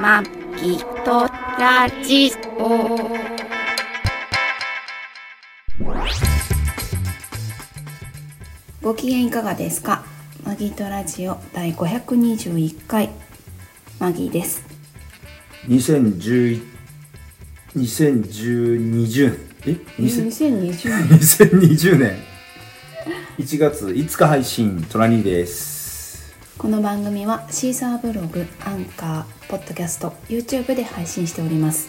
まきとラジオ。ご機嫌いかがですか。マギトラジオ第521回マギです。 2011 2020年え2000 2020 2020年1月5日配信トラニーですこの番組はシーサーブログ、アンカー、ポッドキャスト、YouTube で配信しております。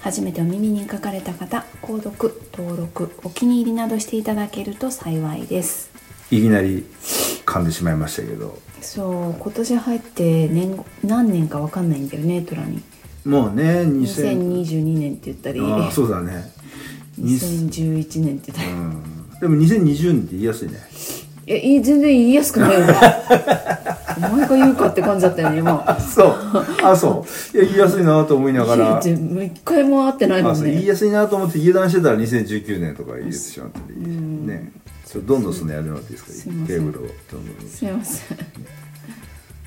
初めてお耳に書かれた方、購読、登録、お気に入りなどしていただけると幸いです。いきなり噛んでしまいましたけどそう、今年入って年何年かわかんないんだよね、トラに。もうね2000 2022年って言ったり、ああそうだね2000 2011年って言ったりう。んでも2020年って言いやすいねいや、いい全然言いやすくないわ。お前が言うかって感じだったよね、今。そうあそういや言いやすいなと思いながらいや全部一回も会ってないもあんそう言いね。やすいなと思って油断してたら2019年とか言ってしまったりねそれどんどんそのやめろっていいですすいかませテんーブルをどんどんすいません。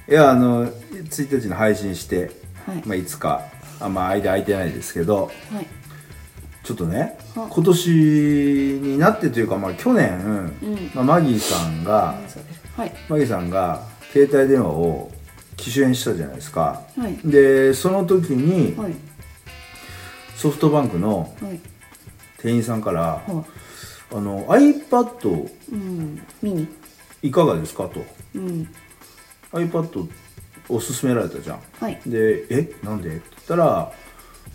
いやあの1日の配信して、はいまあ、いつかあんまあ、間空いてないですけどはい。ちょっとねは今年になってというか、まあ、去年、んまあ、マギーさんがはい。マギーさんが携帯電話を機種変したじゃないですか、はいでその時にはい。ソフトバンクのはい。店員さんからは「あの iPad い。うん。ミニ。いかがですか?」とうん。 「iPad おすすめられたじゃん」はい。で「えなんで?」って言ったら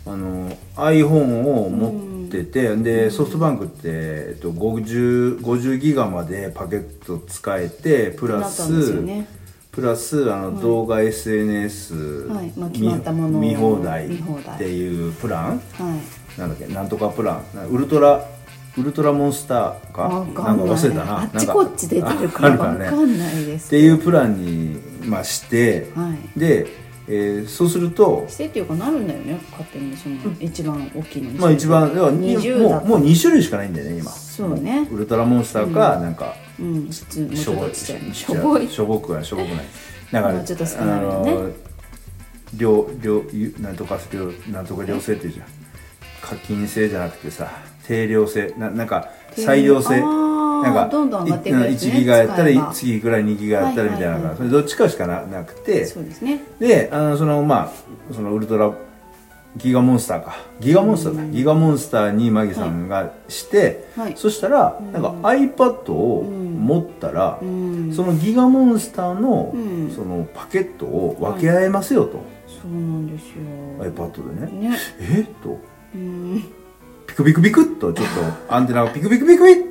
あの iPhone を持ってて、でソフトバンクって、えっと、50, 50ギガまでパケット使えてプラなスったんですよねプラスあの、動画 SNS、はいまあ決まったものを見見放題っ見放題ていうプランはい。なんだっけなんとかプランなウルトラウルトラモンスターかわかなんんかない。忘れたなあっちこっち出てるからなんあわあるからかねんないでっす。ていうプランに、まあ、して、はで、えーそうするとしてっていうかなるんだよね、勝手にその一番大きいのに。まあ一番ではに20もだうもう2種類しかないんだよね今そうねもウルトラモンスターか、なんかうん、普通もうしちょょっぼといちっちゃい。しょぼい。しょぼくはしょぼくないだかもらうちょっと少ないよねあの両両ゆなんとか両なんとか両性っていうじゃん課金制じゃなくてさ定量制ななんか裁量制あーなんかどんどん上がっていくやつね1ギガやった使えばら次ぐらい2ギガやったらみたいなはいはいはいそれどっちかしかななくてそうですね。であのそのまあそのウルトラギガモンスターかギガモンスターだギガモンスターにマギさんがして、はいはいそしたらなんか iPad を持ったら、うん。そのギガモンスターの,、うんそのパケットを分け合えますよと、そうなんですよ。 iPad でねね。えっとうん。ピクピクピクっとちょっとアンテナがピクピクピクピクっ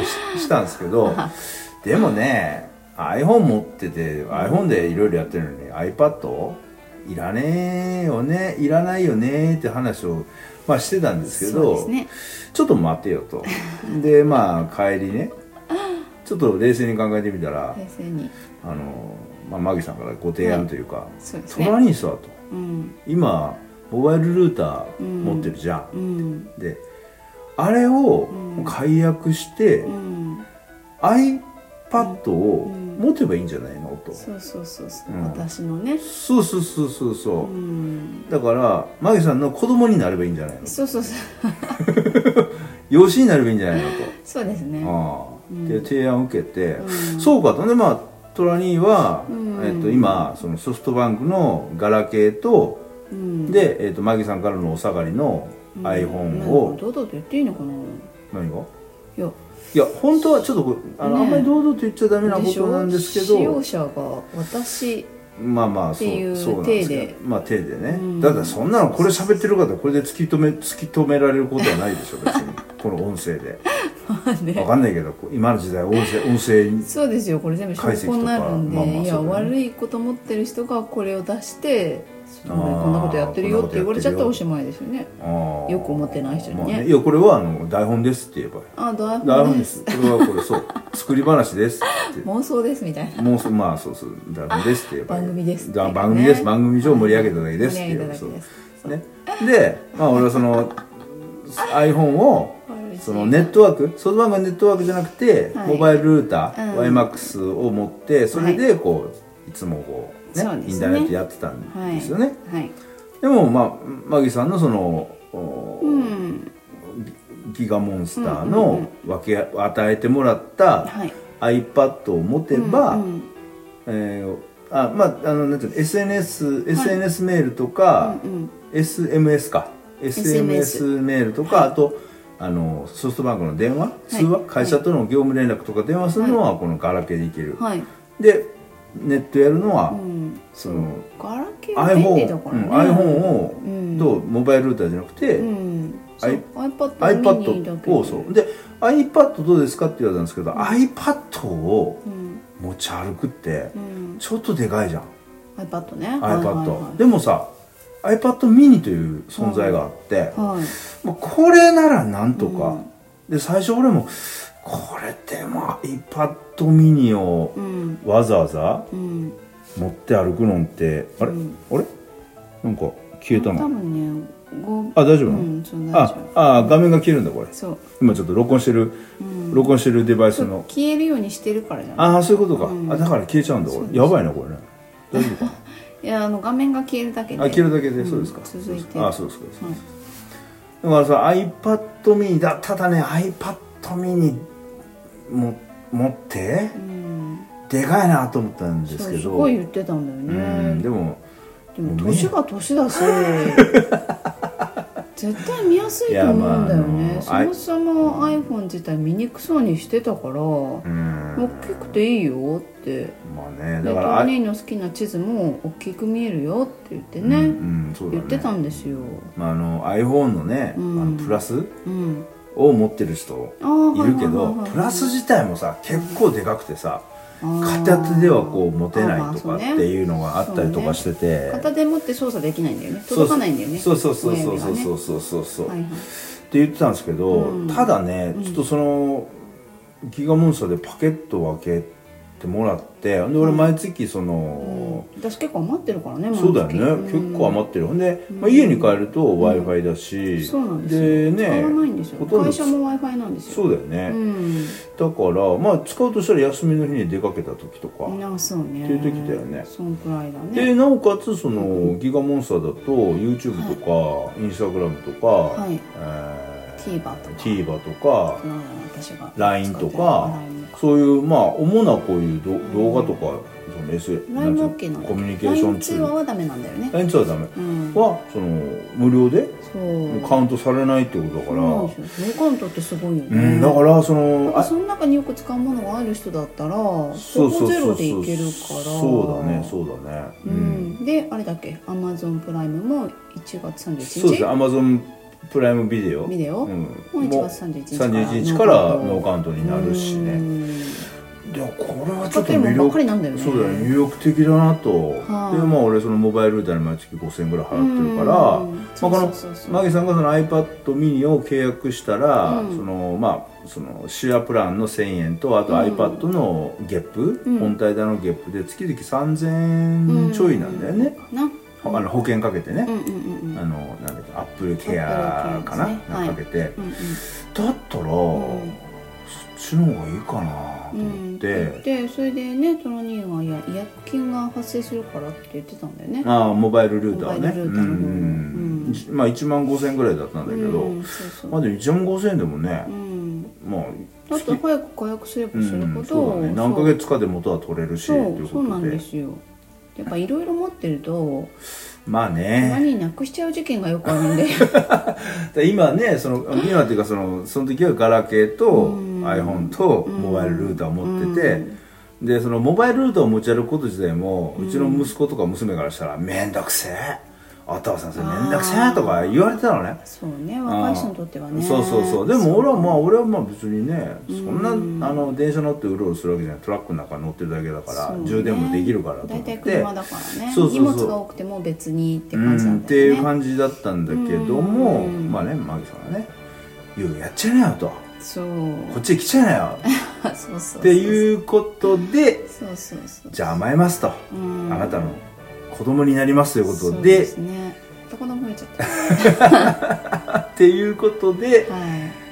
てししたんですけ どでもね iPhone 持ってて iPhone でいろいろやってるのに iPad いらねえよねいらないよねって話を、まあ、してたんですけそうでどすね。ちょっと待てよ とでまあ帰りねちょっと冷静に考えてみたら冷静に。あの、まあ、マギさんからご提案というかそうで「すトね。ラニーさ」とうん。今モバイルルーター持ってるじゃんうん。であれを解約して、うん。 iPad をうん持てばいいんじゃないのと、そうそうそうそうう。ん私のね。そうそうそうそうそうう、ん。だからマギさんの子供になればいいんじゃないのそうそうそう。養子になればいいんじゃないのと、そうですね。ああうんっていう提案を受けて、うんそうかとねまあトラニーは、うんえっと、今そのソフトバンクのガラケーとうん。で、えっと、マギさんからのお下がりのうん、 iPhone を、なんか堂々と言っていいのかな。何がいや。いや本当はちょっとこあの、ねえあんまり堂々と言っちゃダメなこしょとなんですけ使用ど者が私まあまあそっていううそうなんですけ体でどまあ手でね、うんだからそんなのこれ喋ってる方これで突き止め突き止められることはないでしょ別 にこの音声でわかんないけどこう今の時代音声音声にそうですよこれ全部証拠になるんで、解析とかまあまあいやそうだね悪いこと持ってる人がこれを出してそのあーこんなことやってるよって言われちゃったらこおんなことやってるよしまいですよねあーよく思ってない人にねまあいやこれはあの台本ですって言えばあドアフ台ォ本ンでですすこれはこれそう作り話ですって妄想ですみたいなもうそうまあそうそう台本ですって言えばいい番組ですだね番組です番組上盛り上げただけですっ盛て言り上えげたばだけそうですね、で、まあ、俺はその iPhone を悪いそのネットワークソフトバンクのネットワークじゃなくて、はいモバイルルーター、うん YMAX を持ってそれでこう、い、つもこう,、ねそうですねインターネットやってたんですよね、はいでもまあマギさんのその、おうんギガモンスターの分け、与えてもらったはい iPad を持てば、うんうんえーあまああのなんていうの SNS, SNS メールとか、うん SMS か SMS メールとか、あとあのソフトバンクの電話通話、はい会社との業務連絡とか電話するのはこのガラケーでいける、はい、でネットやるのは、うん、そのガラケーは便利 iPhone, だからね、うん iPhone を、うんとモバイルルーターじゃなくて、うん、そう I- iPad mini だけ iPad どをそうで iPad どうですかって言われたんですけど、iPad をうん持ち歩くってうん、ちょっとでかいじゃん iPad ね iPad、はいでもさ iPad mini という存在があって、はいはい、はいまあ、これならなんとか、うんで最初俺もこれってまあ iPad mini をうんわざわざうん持って歩くのってあれ、うんあれなんか消えた多の分ねごあ大丈夫うなの、んそう大あ丈夫あ画面が消えるんだこれそう、今ちょっと録音してるうん、録音してるデバイスの消えるようにしてるからじゃないああそういうことか、うんあだから消えちゃうんだそうこですれやばいなこれね大丈夫かないやあの画面が消えるだけであ消えるだけで、んそうですか続いてあそうですかはいだからさ iPad mini だただね iPad mini も持ってうんでかいなと思ったんですそけうどすごい言ってたんだようんねでもでも年が年 だし絶対見やすいと思うんだよいやね、まああのそもそも iPhone 自体見にくそうにしてたから、うん大きくていいよってまあねだでからトあニーの好きな地図も大きく見えるよって言ってね、うんうんそうだね言ってたんですよ、まあ、あの iPhone のね、うんあのプラスうん、を持ってる人あーいるけはいどはいはいはいプラス自体もさ結構でかくてさあー片手ではこう持てないとあーまかあそってうねいうのがあったりとかしてて片手持って操作できないんだよねそう届かないんだよねそうそうそうそう親そう指がそねうそうそうそうはいはいって言ってたんですけど、うんただねちょっとその、ギガモンスターでパケットを開けてもらってで俺毎月その、うん私結構余ってるからね毎月そうだよね、結構余ってるほんで、まあ、家に帰ると w i f i だし、うんそうなんですよで使わないんねですよほとんど会社も w i f i なんですよそうだよね、うんだからまあ使うとしたら休みの日に出かけた時とか、なそうねっていう時だよねそんくらいだでねなおかつそのギガモンスターだと YouTube とか、Instagram とか、いえ TVer とかー TVer とかな私が LINE と使かってる LINE そういうまあ主なこういうど動画とかその S ラインなもんてい OK うなんだけどコミュニケーションツラーイン通話ルはダメなんだよね LINE ツアーダメうんはその無料でそうカウントされないってことだそかうらなんですよノーカウントってすごいようねんだからそなんのかあその中によく使うものがある人だったらほそうそぼうゼそうロそでういけるからそうだねそうだねう、ん、であれだっけアマゾンプライムも1月そうですね31日 Amazon プライムビデオビデオうん、ももう1月31日から31日からノーカウントになるしねねでもこれはち使ょっってとるも魅んばっか力りなんだよねそうだね魅力的だなと、はいでまあ俺そのモバイルルーターに毎月5000円ぐらい払ってるから、うんまあ、そこうそのうそうそうマギさんがその iPad mini を契約したら、うんそのまあそのシェアプランの1000円とあとうん iPad のゲップ、うん本体代のゲップで月々3000円ちょいなんだよね、なあの保険かけてねう、んうんうんうんあのなんだっけアップルケアかな、 Apple Care ですねなんかかけて、うんだったら、んそっちの方がいいかなとう思んって、うんでそれでねトラニーがいや違約金が発生するからって言ってたんだよねああモバイルルーターねモバイルルーターの方うんうんじまあ1万5000円ぐらいだったんだけど、うんそうそうまあでも1万5000円でもねう、んまあだって早く解約すればするほど、そうだね何ヶ月かで元は取れるしそといううそこうなとんでですよやっぱいろいろ持ってるとまあね何なくしちゃう事件がよくあ るんでで今ねその今っていうかそのその時はガラケーとうん iPhone とモバイルルーターを持ってて、うんでそのモバイルルーターを持ち歩くこと自体も、うちの息子とか娘からしたら「めんどくせえお父さんそれめんどくせえ」とか言われてたのねそうね若い人にとってはねそうそうそうでも俺はまあ俺はまあ別にねそんなあの電車乗ってうろうろするわけじゃないトラックの中乗ってるだけだから、そう充電もできるからと思大って体車だからねそうそうそう荷物が多くても別にってうん感じなっんてだよいね、う感じだったんだけどもうんまあねマギさんがね「ゆうやっちゃいなよ」とそう「こっちへ来ちゃいなよ」そうそうそうってういうことでそうそうそうじゃあ甘えますとああななたの子供になりますというこそとうでですね男の声ちゃったっていうことではい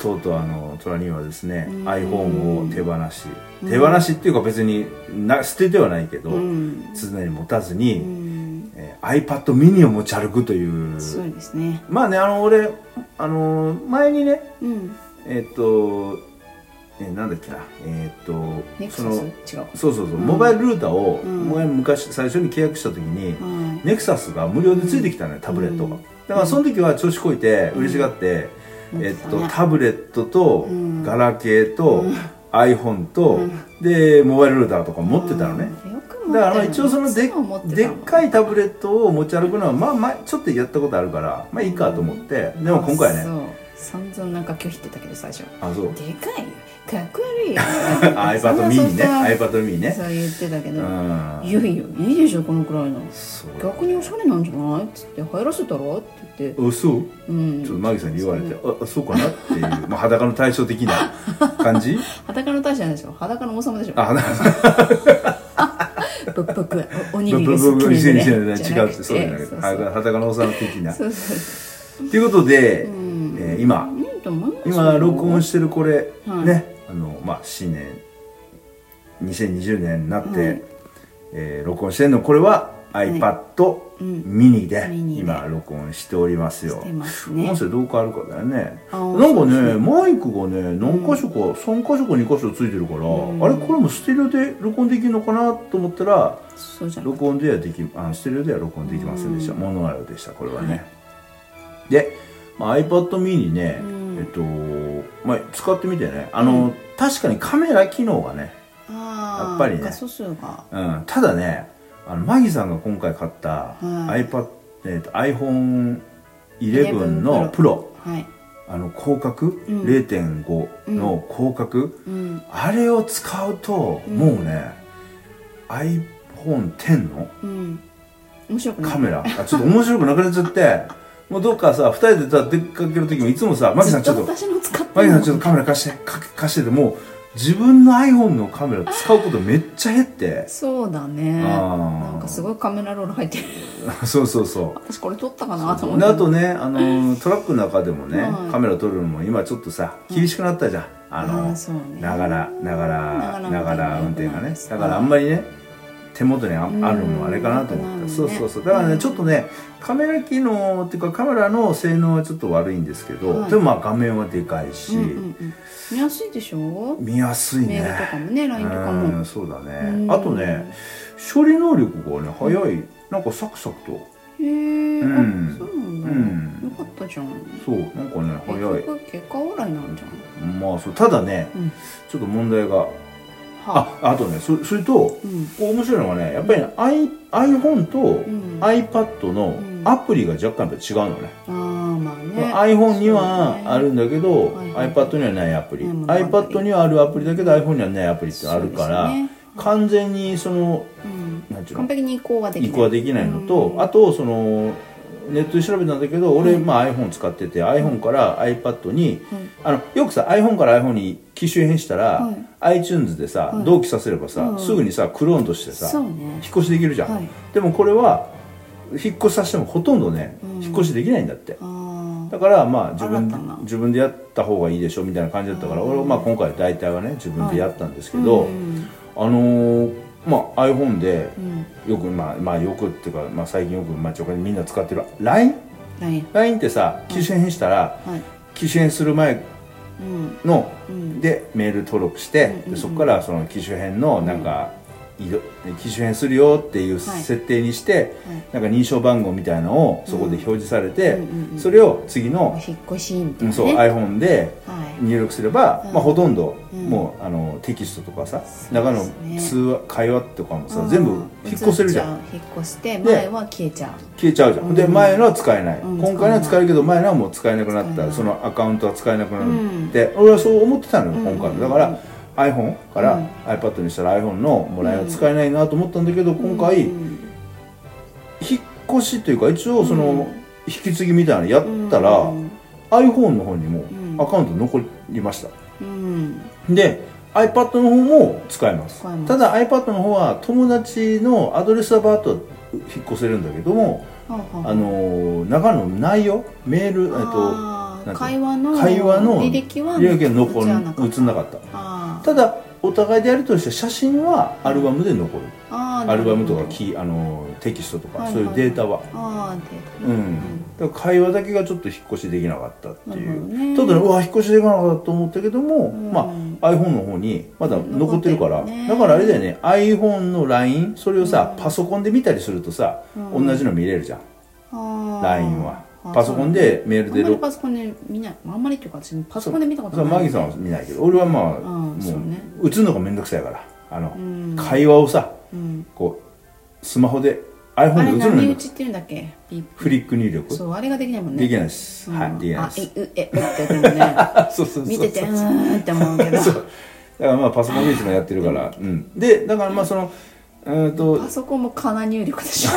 とうとうあのトラニーはですねうん iPhone を手放しうん手放しっていうか別にな捨ててはないけどうん常に持たずに、うんええー iPad mini を持ち歩くというそうですねまあねあの俺あの前にねうんえっと、えーなんだっけなえっとネクサそスの違うそうそうそう、んモバイルルーターを、うん前昔最初に契約した時に、はいネクサスが無料でついてきたのよ、タブレットがうんだからその時は調子こいて嬉しがって、うんえ持っってたとねタブレットと、うんガラケーと、うん iPhone と、うんでモバイルルーターとか持ってたのね、うんよく持ってたねだからまあ一応そのでいつも持ってたでもっんかいタブレットを持ち歩くのはまあまあちょっとやったことあるからまあいいかと思って、でも今回そねう散々なんか拒否ってたけど最初あそうでかいよかっこ悪い よ iPad そん mini なねそんな iPad mini ねそう言ってたけうど、んいやいやいいでしょこのくらいのそう逆におしゃれなんじゃないっつって入らせたらって言ってあそううんちょっとマギさんに言われて、ああそうかなっていう、 まあ、裸の対照的な感じ裸の大使じゃないでしょ裸の王様でしょ あなブッブッブッおおにブぎりブ がブブブ好き店 にねしてるね違うってそうじゃないそうそう裸裸の王様的な。そうそうということで、うんえー今いいと思いますよ今録音してるこれ、はいねあのまあ新年2020年になって、はいえー録音してるのこれは iPad うんミニでミニで今録音しておりますよして。ますね音声どう変わるかだよね。あなーそんかうですね、マイクがね、何箇所か、三3箇所か2箇所ついてるから、うんあれ、これもステレオで録音できるのかなと思ったら、そうじゃない録音ではでき、あステレオでは録音できませんでした。うんモノラルでした、これはね。はいで、まあ、iPad mini ね、うんえっと、まあ、使ってみてね、あの、うん確かにカメラ機能がね、ややっぱりね画素数がうん、ただね、あのマギさんが今回買ったはい iPad、えっと iPhone11 の Pro プロはいあの広角、うん0.5の広角、うんあれを使うと、うんもうね iPhone10 のうん面白くないカメラ、あちょっと面白くなくなっちゃってもうどっかさ2人でさ出かける時もいつもさマキさんちょっずと私の使ってマキるさんちょっとカメラ貸してか貸しててもう自分の iPhone のカメラ使うことめっちゃ減ってそうだねあーなんかすごいカメラロール入ってるそうそうそう私これ撮ったかなと思っでてあとねあのトラックの中でもね、はいカメラ撮るのも今ちょっとさ厳しくなったじゃん、あのあーそうねながらながらななががらら運運転転がねですだからあんまりね手元にああうんるのもあれかなと思ってなくなるねそうそうそうだからうねんちょっとねカメラ機能っていうかカメラの性能はちょっと悪いんですけどはいでもまあ画面はでかいしうんうんうん見やすいでしょ見やすいメールとねかもね LINE とかうもんそうだうねんあとね処理能力がね早いなんかサクサクとへえあうんそうなんだうんよかったじゃんそうなんかね早い結局結果オーライなんじゃんまあそうただねうんちょっと問題がはああとねそそれとうんこう面白いのがねやっぱりね i- iPhone とうん iPad のうんアプリが若干やっぱ違うのね、あーまあねまあ iPhone にそうはねあるんだけど、はいはい iPad にはないアプリ、ないものばっかり iPad にはあるアプリだけど iPhone にはないアプリってあるから、そうですね完全にそのうんなんていう完の璧に移行はできない移行はできないのと、うんあとそのネットで調べたんだけど俺、うんまあ、iPhone 使ってて iPhone から iPad に、うんあのよくさ iPhone から iPhone に機種変したら、は iTunes でさ、はい同期させればさ、うんすぐにさクローンとしてさ、そうね引っ越しできるじゃん、はいでもこれは引っ越しさせてもほとんどね、うん引っ越しできないんだってあーだからまあ自分新たな自分でやった方がいいでしょみたいな感じだったから、うん俺はまあ今回大体はね自分でやったんですけど、うんあのーまあ iPhone でうんよくまあ、まあ、よくっていうか、まあ、最近よくまあちょっとみんな使ってる LINE?LINE LINE ってさ機種変したら、はい機種変する前うんのうんでメール登録して、うんうんうんでそこからその機種変のなんか、移動機種変するよっていうはい設定にして、はいなんか認証番号みたいなのをそこで表示されて、うんうんうんうんそれを次の、引っ越しみたういんなそうね iPhone ではい入力すれば、うんまあ、ほとんど、うんもうあのテキストとかさ、すね中の通話会話とかもさ、うん全部引っ越せるじゃん移っちう引っ越して前は消えちゃう消えちゃうじゃん、うんで前のは使えない、うん今回のは使えるけど前のはもう使えなくなっ使えたないそのアカウントは使えなくなって、俺はそう思ってたのようん今回のだから、iPhone からうん iPad にしたら iPhone のもらいは使えないなと思ったんだけど、今回うん引っ越しというか一応そうのん引き継ぎみたいなのやったら、うん iPhone の方にもうんアカウント残りました、うんで iPad の方も使えます使えますただ iPad の方は友達のアドレスはバーッと引っ越せるんだけども、ははあのー中の内容メール、えっと、あーなんていうの会話の会話の履歴は履歴が残映らなかんっ映んなかったたあーただお互いでやり取りした写真はアルバムで残る、あーアルバムとなかるほどキーあのテキストとか、はいそういうデータは、ああデータうねん、だから会話だけがちょっと引っ越しできなかったっていなるほどう、ねただねうわ引っ越しできなかったと思ったけども、んまあ iPhone の方にまだ残ってるから、残ってるねだからあれだよね iPhone の LINE それをさ、パソコンで見たりするとさ、同じの見れるじゃんあー LINE はあーパソコンでメールそうであんまりろパソコンで見ないあんまりっていうか私パソコンで見たことそれはなマギいさんは見ないけど俺はまあ、うんもそううね打つのがめんどくさいからあの、ん会話をさうんこうスマホであれ iPhone で打つの何に打ちっていうんだっけピッフリック入力そうあれができないもんねできないです、うんはいできないあですえうえうってやってるもんね そうそうそうそう見ててうーんって思うけどだからまあパソコンでいつもやってるから、うん、でだからまあそのうーんとパソコンもかな入力でし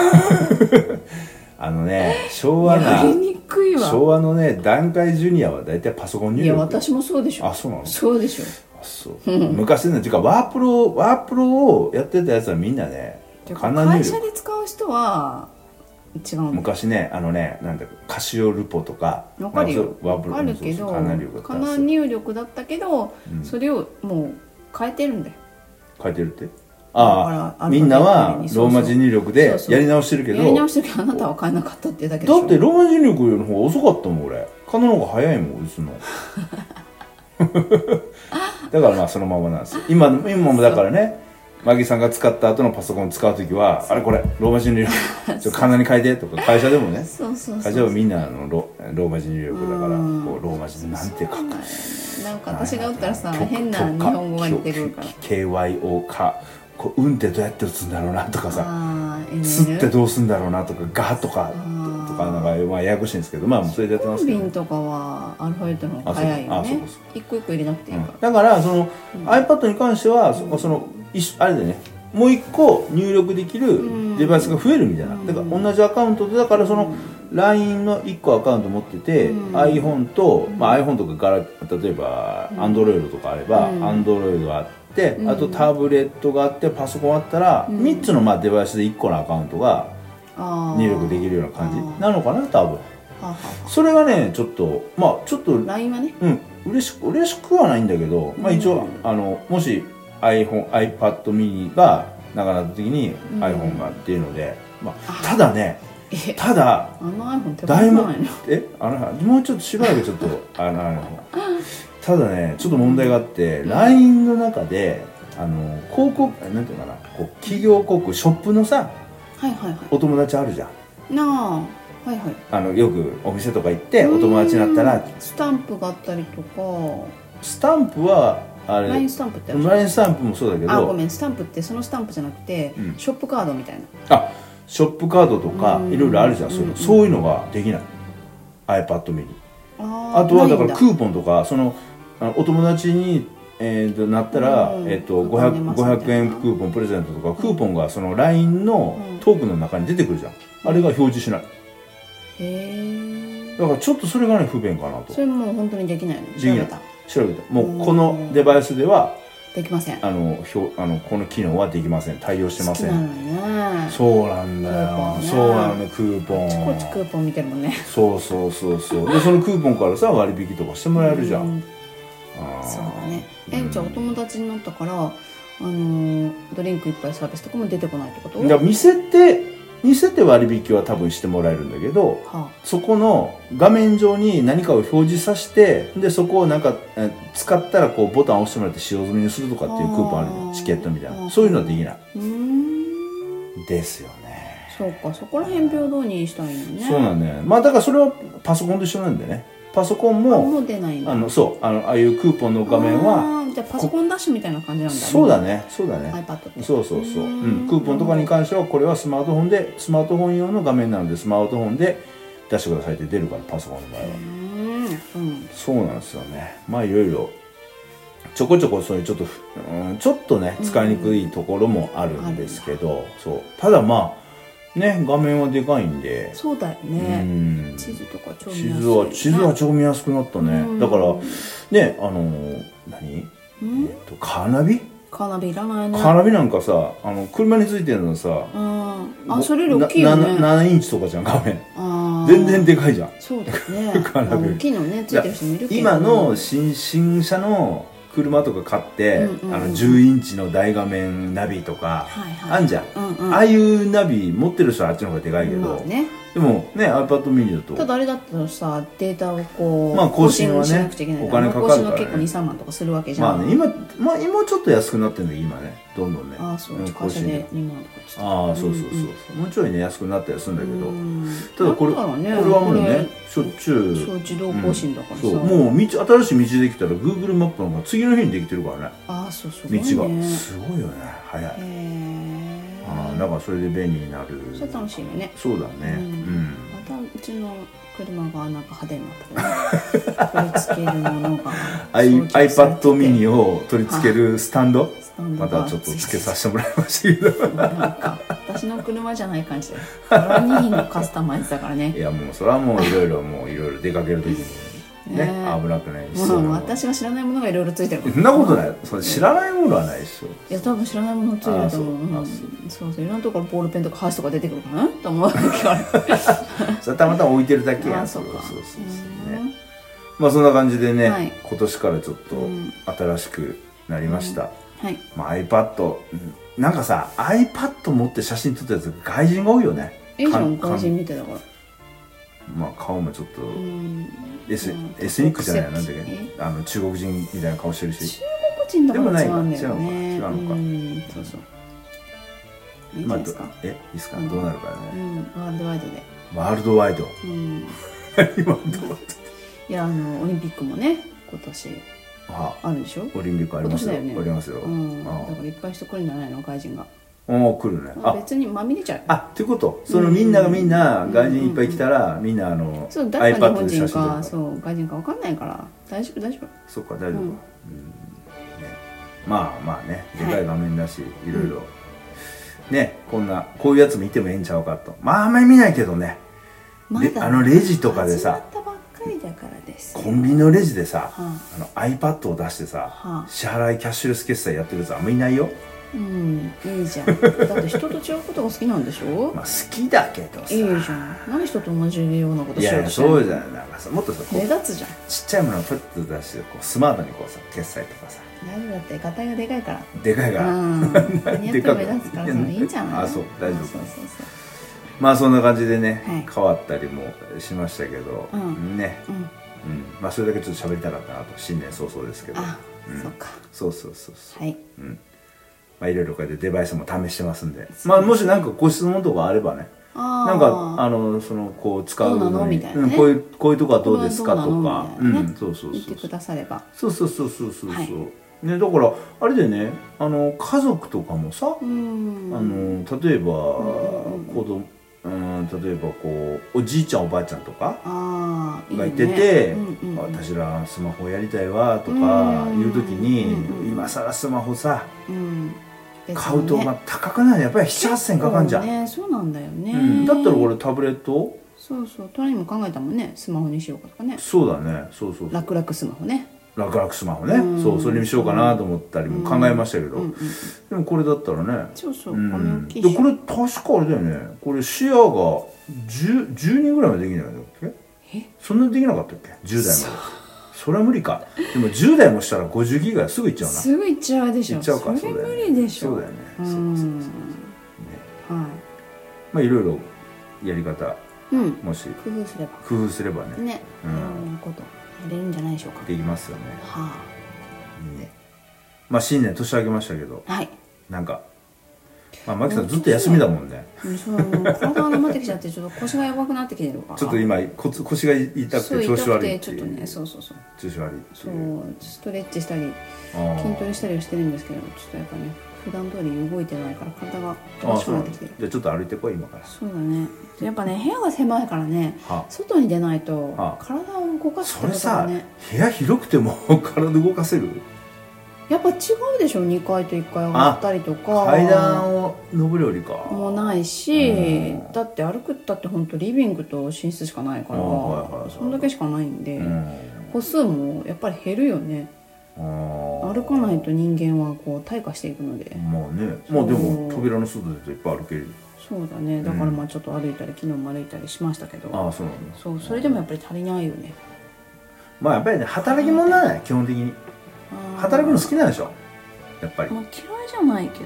あのね昭ょ和やなりにくいわ昭和のね段階ジュニアは大体パソコン入い力や私もそうでしょあそうなのそうでしょあそう 昔のていうかワープロワープロをやってたやつはみんなねてかかな入会社力で使う人は違うの昔ねあのねなんだっけカシオルポとかわかるなんよそうワわープロかるけどそうそうかな入力だったかんでなすよ入力だったけどうんそれをもう変えてるんだよ書いてるってだからあアあルファベットみんなはにそうそうローマ字入力そでうそうやり直してるけどやり直してるけどあなたは変えなかったっていうだけでしょだってローマ字入力の方が遅かったもん俺カナの方が早いもん打 つのだからまあそのままなんですよ今今もだからねマギさんが使った後のパソコン使う時はあれこれローマ 字入力ちょっとカナに変えてとか会社でもねそうそうそ会う社はみんなあのロローマ字入力だからうんこうローマ字でなんて書くなんか私が打ったらさはい変な日本語が出てくるから KYO かこう「うん」ってどうやって打つんだろうなとかさああ「ーつ」って NL どうすんだろうなとか「が」とかーとかなんかまあややこしいんですけどまあそれでやってまコすンけビどンとかはアルファベットの方が早いよあそうねあそう一個一個入れなくていいからだからその iPad に関してはそその一緒あれだよねもう一個入力できるデバイスが増えるみたいなだから同じアカウントでだからその LINE の1個アカウント持ってて iPhone とまあ iPhone とかから例えば Android とかあれば Android があってあとタブレットがあってパソコンあったら3つのまあデバイスで1個のアカウントがあー入力できるような感あーじなのかな多分ははそれがねちょっとまあちょっと LINE はねうん、嬉しく嬉しくはないんだけど、まあ、一応、あのもし iPhone iPad mini がなくなった時にうん iPhone がっていうので、まあ、ただねえただあの iPhone 手放大さもないのえあのもうちょっとしばらくちょっとあのあのただねちょっと問題があって、LINE の中であの広告なんていうのかなこう企業広告ショップのさはいはいはお友達あるじゃんいなあはいはいあのよくお店とか行ってお友達になったうらーんスタンプがあったりとかスタンプはあれ LINE スタンプってあるじゃん LINE スタンプもそうだけどあごめんスタンプってそのスタンプじゃなくて、うんショップカードみたいなあショップカードとかうんいろいろあるじゃんそういうのうんそういうのができない iPad mini あーあとはだなかいらんクーポンとかそのあのお友達に、えーとなったら、うんえー、とお金 500, もそうだよな500円クーポンプレゼントとかクーポンがその LINE のうんトークの中に出てくるじゃんあれが表示しないへえだからちょっとそれがね不便かなとそれもう本当にできないのできない調べた調べたもうこのデバイスではできませんあの表あのこの機能はできません対応してま好きせなのんにねそうなんだクーポよン、ねそうなのねクーポンあちこちクーポン見てるもんねそうそうそうそうでそのクーポンからさ割引とかしてもらえるじゃん、うあーそうだねえうんじゃあお友達になったからあのードリンクいっぱいサービスとかも出てこないってことだから店って店で割引は多分してもらえるんだけどはそこの画面上に何かを表示させてでそこをなんかえ使ったらこうボタンを押してもらって使用済みにするとかっていうクーポンあるじゃあんーチケットみたいあーなそういうのはできないあうーんですよねそうかそこら辺平等にしたいのねそうなんだよねまあだからそれはパソコンと一緒なんだよねパソコンあももう出ないんだあのそうあのああいうクーポンの画面はあーじゃあパソコンダッシュみたいな感じなんだそうだねそうだね iPad ってそうそうそう、ううんん、クーポンとかに関してはこれはスマートフォンでスマートフォン用の画面なのでスマートフォンで出してくださいって出るからパソコンの場合はうんうんそうなんですよねまあいろいろちょこちょこそういうちょっとふ、うん、ちょっとね使いにくいところもあるんですけど、そうただまあね画面はでかいんで、そうだようねん地図とか超見地やすい図は地図は超見やすくなったね、うんだからねあのー何、うんえっと、カーナビ、カーナビいらないねカーナビなんかさあの車についてるのさうんごあそれより大きいよなねな 7, インチとかじゃん画面あー全然でかいじゃんそうだよね カーナビあの大きいのねついてる人もいるけど今の新新車の車とか買って、うんうんうんあの10インチの大画面ナビとか、はいはいあんじゃん、うんうんああいうナビ持ってる人はあっちの方がでかいけど、まあねでもね iPad mini だたとだあれだとさデータをこう、まあ更新はねしなくちゃいけないお金かかるからね更新は結構23万とかするわけじゃん、まあね今まあ今ちょっと安くなってるんだけど今ねどんどんねああそう、ん会社更新で2万とかしてああそうそうそう、んんもうちょいね安くなったりするんだけど、うんただこれなんろうねこれはもうねこしょっちゅうれそう自動更新だからさ、そうもう道新しい道できたら Google マップの方が次の日にできてるからねああそうすごい道ねがすごいよね早いへえああだからそれで便利になるそれ楽しいよねそうだねううんん、またうちの車がなんか派手になったから、ね、取り付けるものが アイ iPad mini をを取り付けるスタンドスタンドまがたちょっと付けさせてもらいましたけどなんか私の車じゃない感じでトラニーのカスタマイズだからね いやもうそれはもういろいろもういろいろ出かける時にねねえ危なくないし、もう私が知らないものがいろいろついてるからそんなことないそれ知らないものはないでしょいや多分知らないものついてるあとそう思ううんあそうそういろんなところボールペンとかハースとか出てくるかなと思うわけからそれたまたま置いてるだけやあんそうかそうそうそううねんまあそんな感じでね、はい今年からちょっうんと新しくなりました、はいまあ、iPad うんなんかさ iPad 持って写真撮ったやつ外人が多いよねいいじゃかんんかん外人見てだからまあ顔もちょっと、うんエスうんエスニックじゃないなんだっ国籍けあの中国人みたいな顔してるし個人だから違うんだでよもないかね違うのか違うのかうんそうそういいんじゃないですか、まあどえいいですか、うんどうなるかうねんワールドワイドでワールドワイドうん 今どういやあのオリンピックもね今年ああるでしょオリンピックありますよ今年だよねありますよ、うんだあからいっぱい人来るんじゃないの外人があおー来るねまああ別にまみれちゃうあっていうことそのみんながみんなうん外人いっぱい来たら、みんなあのそう誰が日 iPad 本で人写真撮るかそう外人か分かんないから大丈夫大丈夫そっか大丈夫うか、うんんね、まあまあねでかい画面だし、い、ろいろ、ねこんなこういうやつ見てもええんちゃうかとまああんまり見ないけどねまでだあのレジとかでさ始まったばっかりだからですコンビニのレジではさ、あの iPad を出してさ、はあ支払いキャッシュレス決済やってるやつあんまいないよ、うんいいじゃんだって人と違うことが好きなんでしょまあ、好きだけどさいいじゃん何人と同じようなこといしよやういやとしてんのそうじゃないなんかさもっとさこ目う立つじゃんちっちゃいものをプッと出してこうスマートにこうさ決済とかさ大丈夫だってガタイがでかいからでかいから、うん何やっても目立つから でそかくれいいんじゃないあそう大丈夫んそうそうそうまあそんな感じでね、はい変わったりもしましたけど、うんね、うんうん、まあそれだけちょっと喋りたかったなと新年早々ですけどあ、うんそうかそうそうそうそう、はいうんまあいろいろこうやってデバイスも試してますんでまあもしなんかご質問とかあればねあなーんかあのそのこう使うどうなののみにたいなうねんこういうこういうとこはどうですかとこれはかどうなのみたいなねうんそうそう言っそてうそくうださればそうそうそうそうそうそう、はいねだからあれでねあの家族とかもさ、うんあの例えば子供うん例えばこうおじいちゃんおばあちゃんとかああいいがねいててうんうんうん私らスマホやりたいわ」とかうんいう時にうんうん今更スマホさうん買うと別にまあね高くなるやっぱり7,000円かかんじゃん、結構ねそうなんだよね、うん、だったら俺タブレットそうそうトラにも考えたもんねスマホにしようかとかねそうだねそうそう楽々スマホね楽々スマホね、うんそうそれにしようかなと思ったりも考えましたけど、うんうんうんでもこれだったらねそうそううん紙置きでこれ確かあれだよねこれ視野が 10, 10人ぐらいまでできないんだっけえそんなできなかったっけ10代までそれは無理かでも10代もしたら50ギガすぐいっちゃうなすぐ行っちゃうでしょいっちゃうかそれうだよ無ね理でしょそうだよねうそんうそうそうはまあいろいろやり方いうんもし工夫すれば工夫すればねねいうんろんなことやれるんじゃないでしょうかできますよねはねまあ新年年明けましたけどあはいなんかまあマキさんずっと休みだもんねうんそうもう体がなまってきちゃってちょっと腰がやばくなってきてるからちょっと今こつ腰が痛そうくて調子悪痛いくてってちいょっとねうそうそうそう調子悪いってそいううストレッチしたりあー筋トレしたりはしてるんですけどちょっとやっぱね普段通り動いてないから体があおあかしくそうななっんてきてだるじゃあちょっと歩いてこい今からそうだねやっぱね部屋が狭いからねは外に出ないとあ体を動かすってこそれとがさ、ね部屋広くても 体動かせるやっぱ違うでしょ2階と1階上がったりとか階段を登るよりかもないし、うんだって歩くったって本当リビングと寝室しかないから、あはいはいはいそんだけしかないんで、うん歩数もやっぱり減るよねあー歩かないと人間はこう退化していくのでまあねまあでもそう扉の外出ていっぱい歩けるそうだねだからまあちょっと歩いたり昨日も歩いたりしましたけどああそうなんだそうそれでもやっぱり足りないよねまあやっぱりね働き者なんだよ基本的にあー働くの好きなんでしょやっぱり、もう嫌いじゃないけど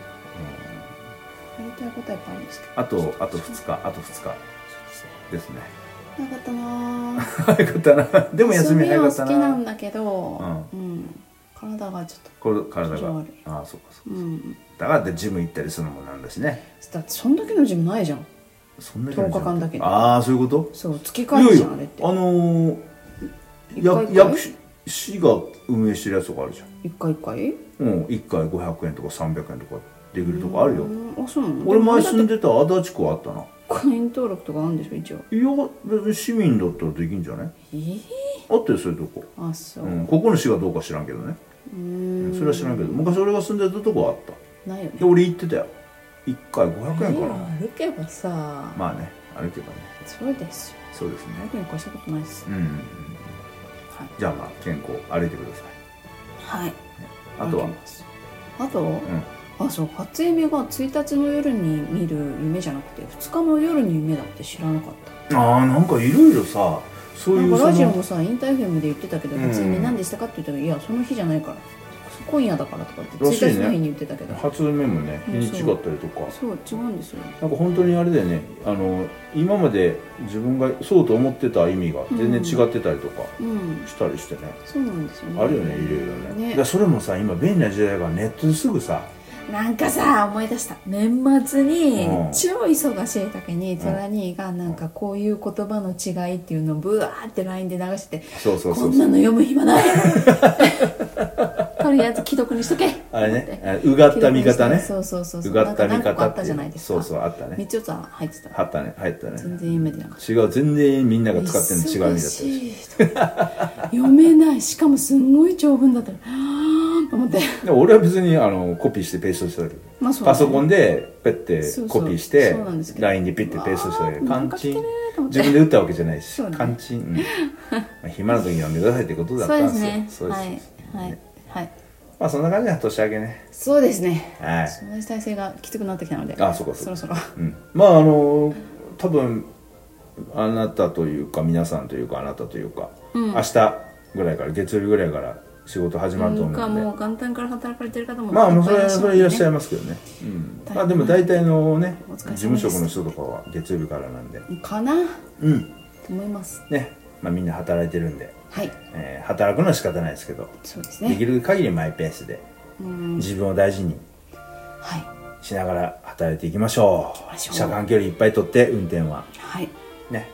やりたいことはやっぱあるんですけどあとあと2日あと2日ですねなかったなー早かったなでも休み早かった遊びは好きなんなだけど、うん体がちょっこれ体が悪いああそうかそうとうんだからでジム行ったりするのもなんだしねだってそんだけのジムないじゃんそんなに10日間だけああそういうことそう月会費じゃんあれってあの一回ー、一回や役市が運営してるやつとかあるじゃん一回一回うん、1回500円とか300円とかできるとこあるよ、うんあそうなの俺前で住もんでた足立区はあったな会員登録とかあるんでしょ一応いや別に市民だったらできんじゃないええあったよそういうとこ、、あそううんここの市がどうか知らんけどね、うーんそれは知らんけど昔俺が住んでたとこはあったないよねで俺行ってたよ1回500円かな、歩けばさまあね歩けばねそうですよそうですね歩くに越したことないですうんうんうんはいじゃあまあ健康歩いてくださいはいあとは歩きますあと、うんあそう初夢が1日の夜に見る夢じゃなくて2日の夜に夢だって知らなかっああなんかいろいろさそたうないんうかそラジオのもさインターフェムで言ってたけどうん初夢何でしたかって言ったら「いやその日じゃないから今夜だから」とかってらしいね1日の日に言ってたけど、初夢もね日にちがったりとか、そう違うんですよなんか本当にあれだよねあの今まで自分がそうと思ってた意味が全然違ってたりとかうんしたりしてね、そうなんですよねあるよねいろいろねだかねらそれもさ今便利な時代だからネットですぐさなんかさ思い出した年末にうん超忙しい時にトラ兄がなんかこういう言葉の違いっていうのをブワーって LINE で流しててそうそうこそうんなの読む暇ないとりあえず既読にしとけあれねあうがった見方ねそうそうそうそううがった見なんか何個か方あったじゃないですかそうそうあったね三つ四つは入ってたあったね入ったね全然読めてなかっ違う全然みんなたが使ってるの違う意味だったり忙してしいとか読めないしかもすんごい長文だったらはあと思ってでも俺は別にあのコピーしてペーストしただけまあそうパソコンでペッてそうそうコピーしてそうなんですけど LINE でピッてペーストしただけわーカンチンなんか来てると思って自分で打ったわけじゃないしそうねカンチンうんまあ暇な時に読んでくださいってことだっそたうんでですすよねですはいはいはいまあそんな感じだ年明けねそうですねはい同じ体勢がきつくなってきたのであそうかそそうろかそろうんまああの多分あなたというか皆さんというかあなたというか明日ぐらいから月曜日ぐらいから仕事始まるとなん思かうんでもう元旦から働かれてる方もまあ、もうそれっぱらは、っしゃそるんれいでらねっしゃいますけどね。うん。大変まあ、でも大体のねお、疲れ様で事す務職の人とかは月曜日からなんで。かなうん。と思いますね。まあ、みんな働いてるんで、はいえー働くのは仕方ないですけど、そうですできねる限りマイペースで、うん自分を大事にはしながら働いていきましょまう。しょう車間距離いっぱい取って、運転は。いはいね。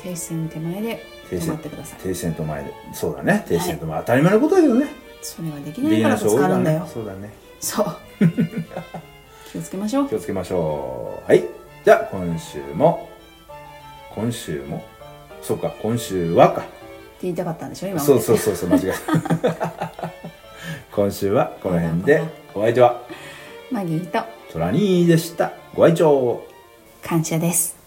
停戦手前で停止ま戦ってください停戦と前で。そうだね。停戦と前。当たり前のことだけどね。それができでないきからぶない人つ多いかかるらんだねよ。そうだね。そう 気をつけましょう気をつけましょうはいじゃあ今週も今週もそうか今週はかって言いたかったんでしょ今そうそうそうそう間違えた 今週はこの辺でお相手はマギーとトラニーでしたご愛聴感謝です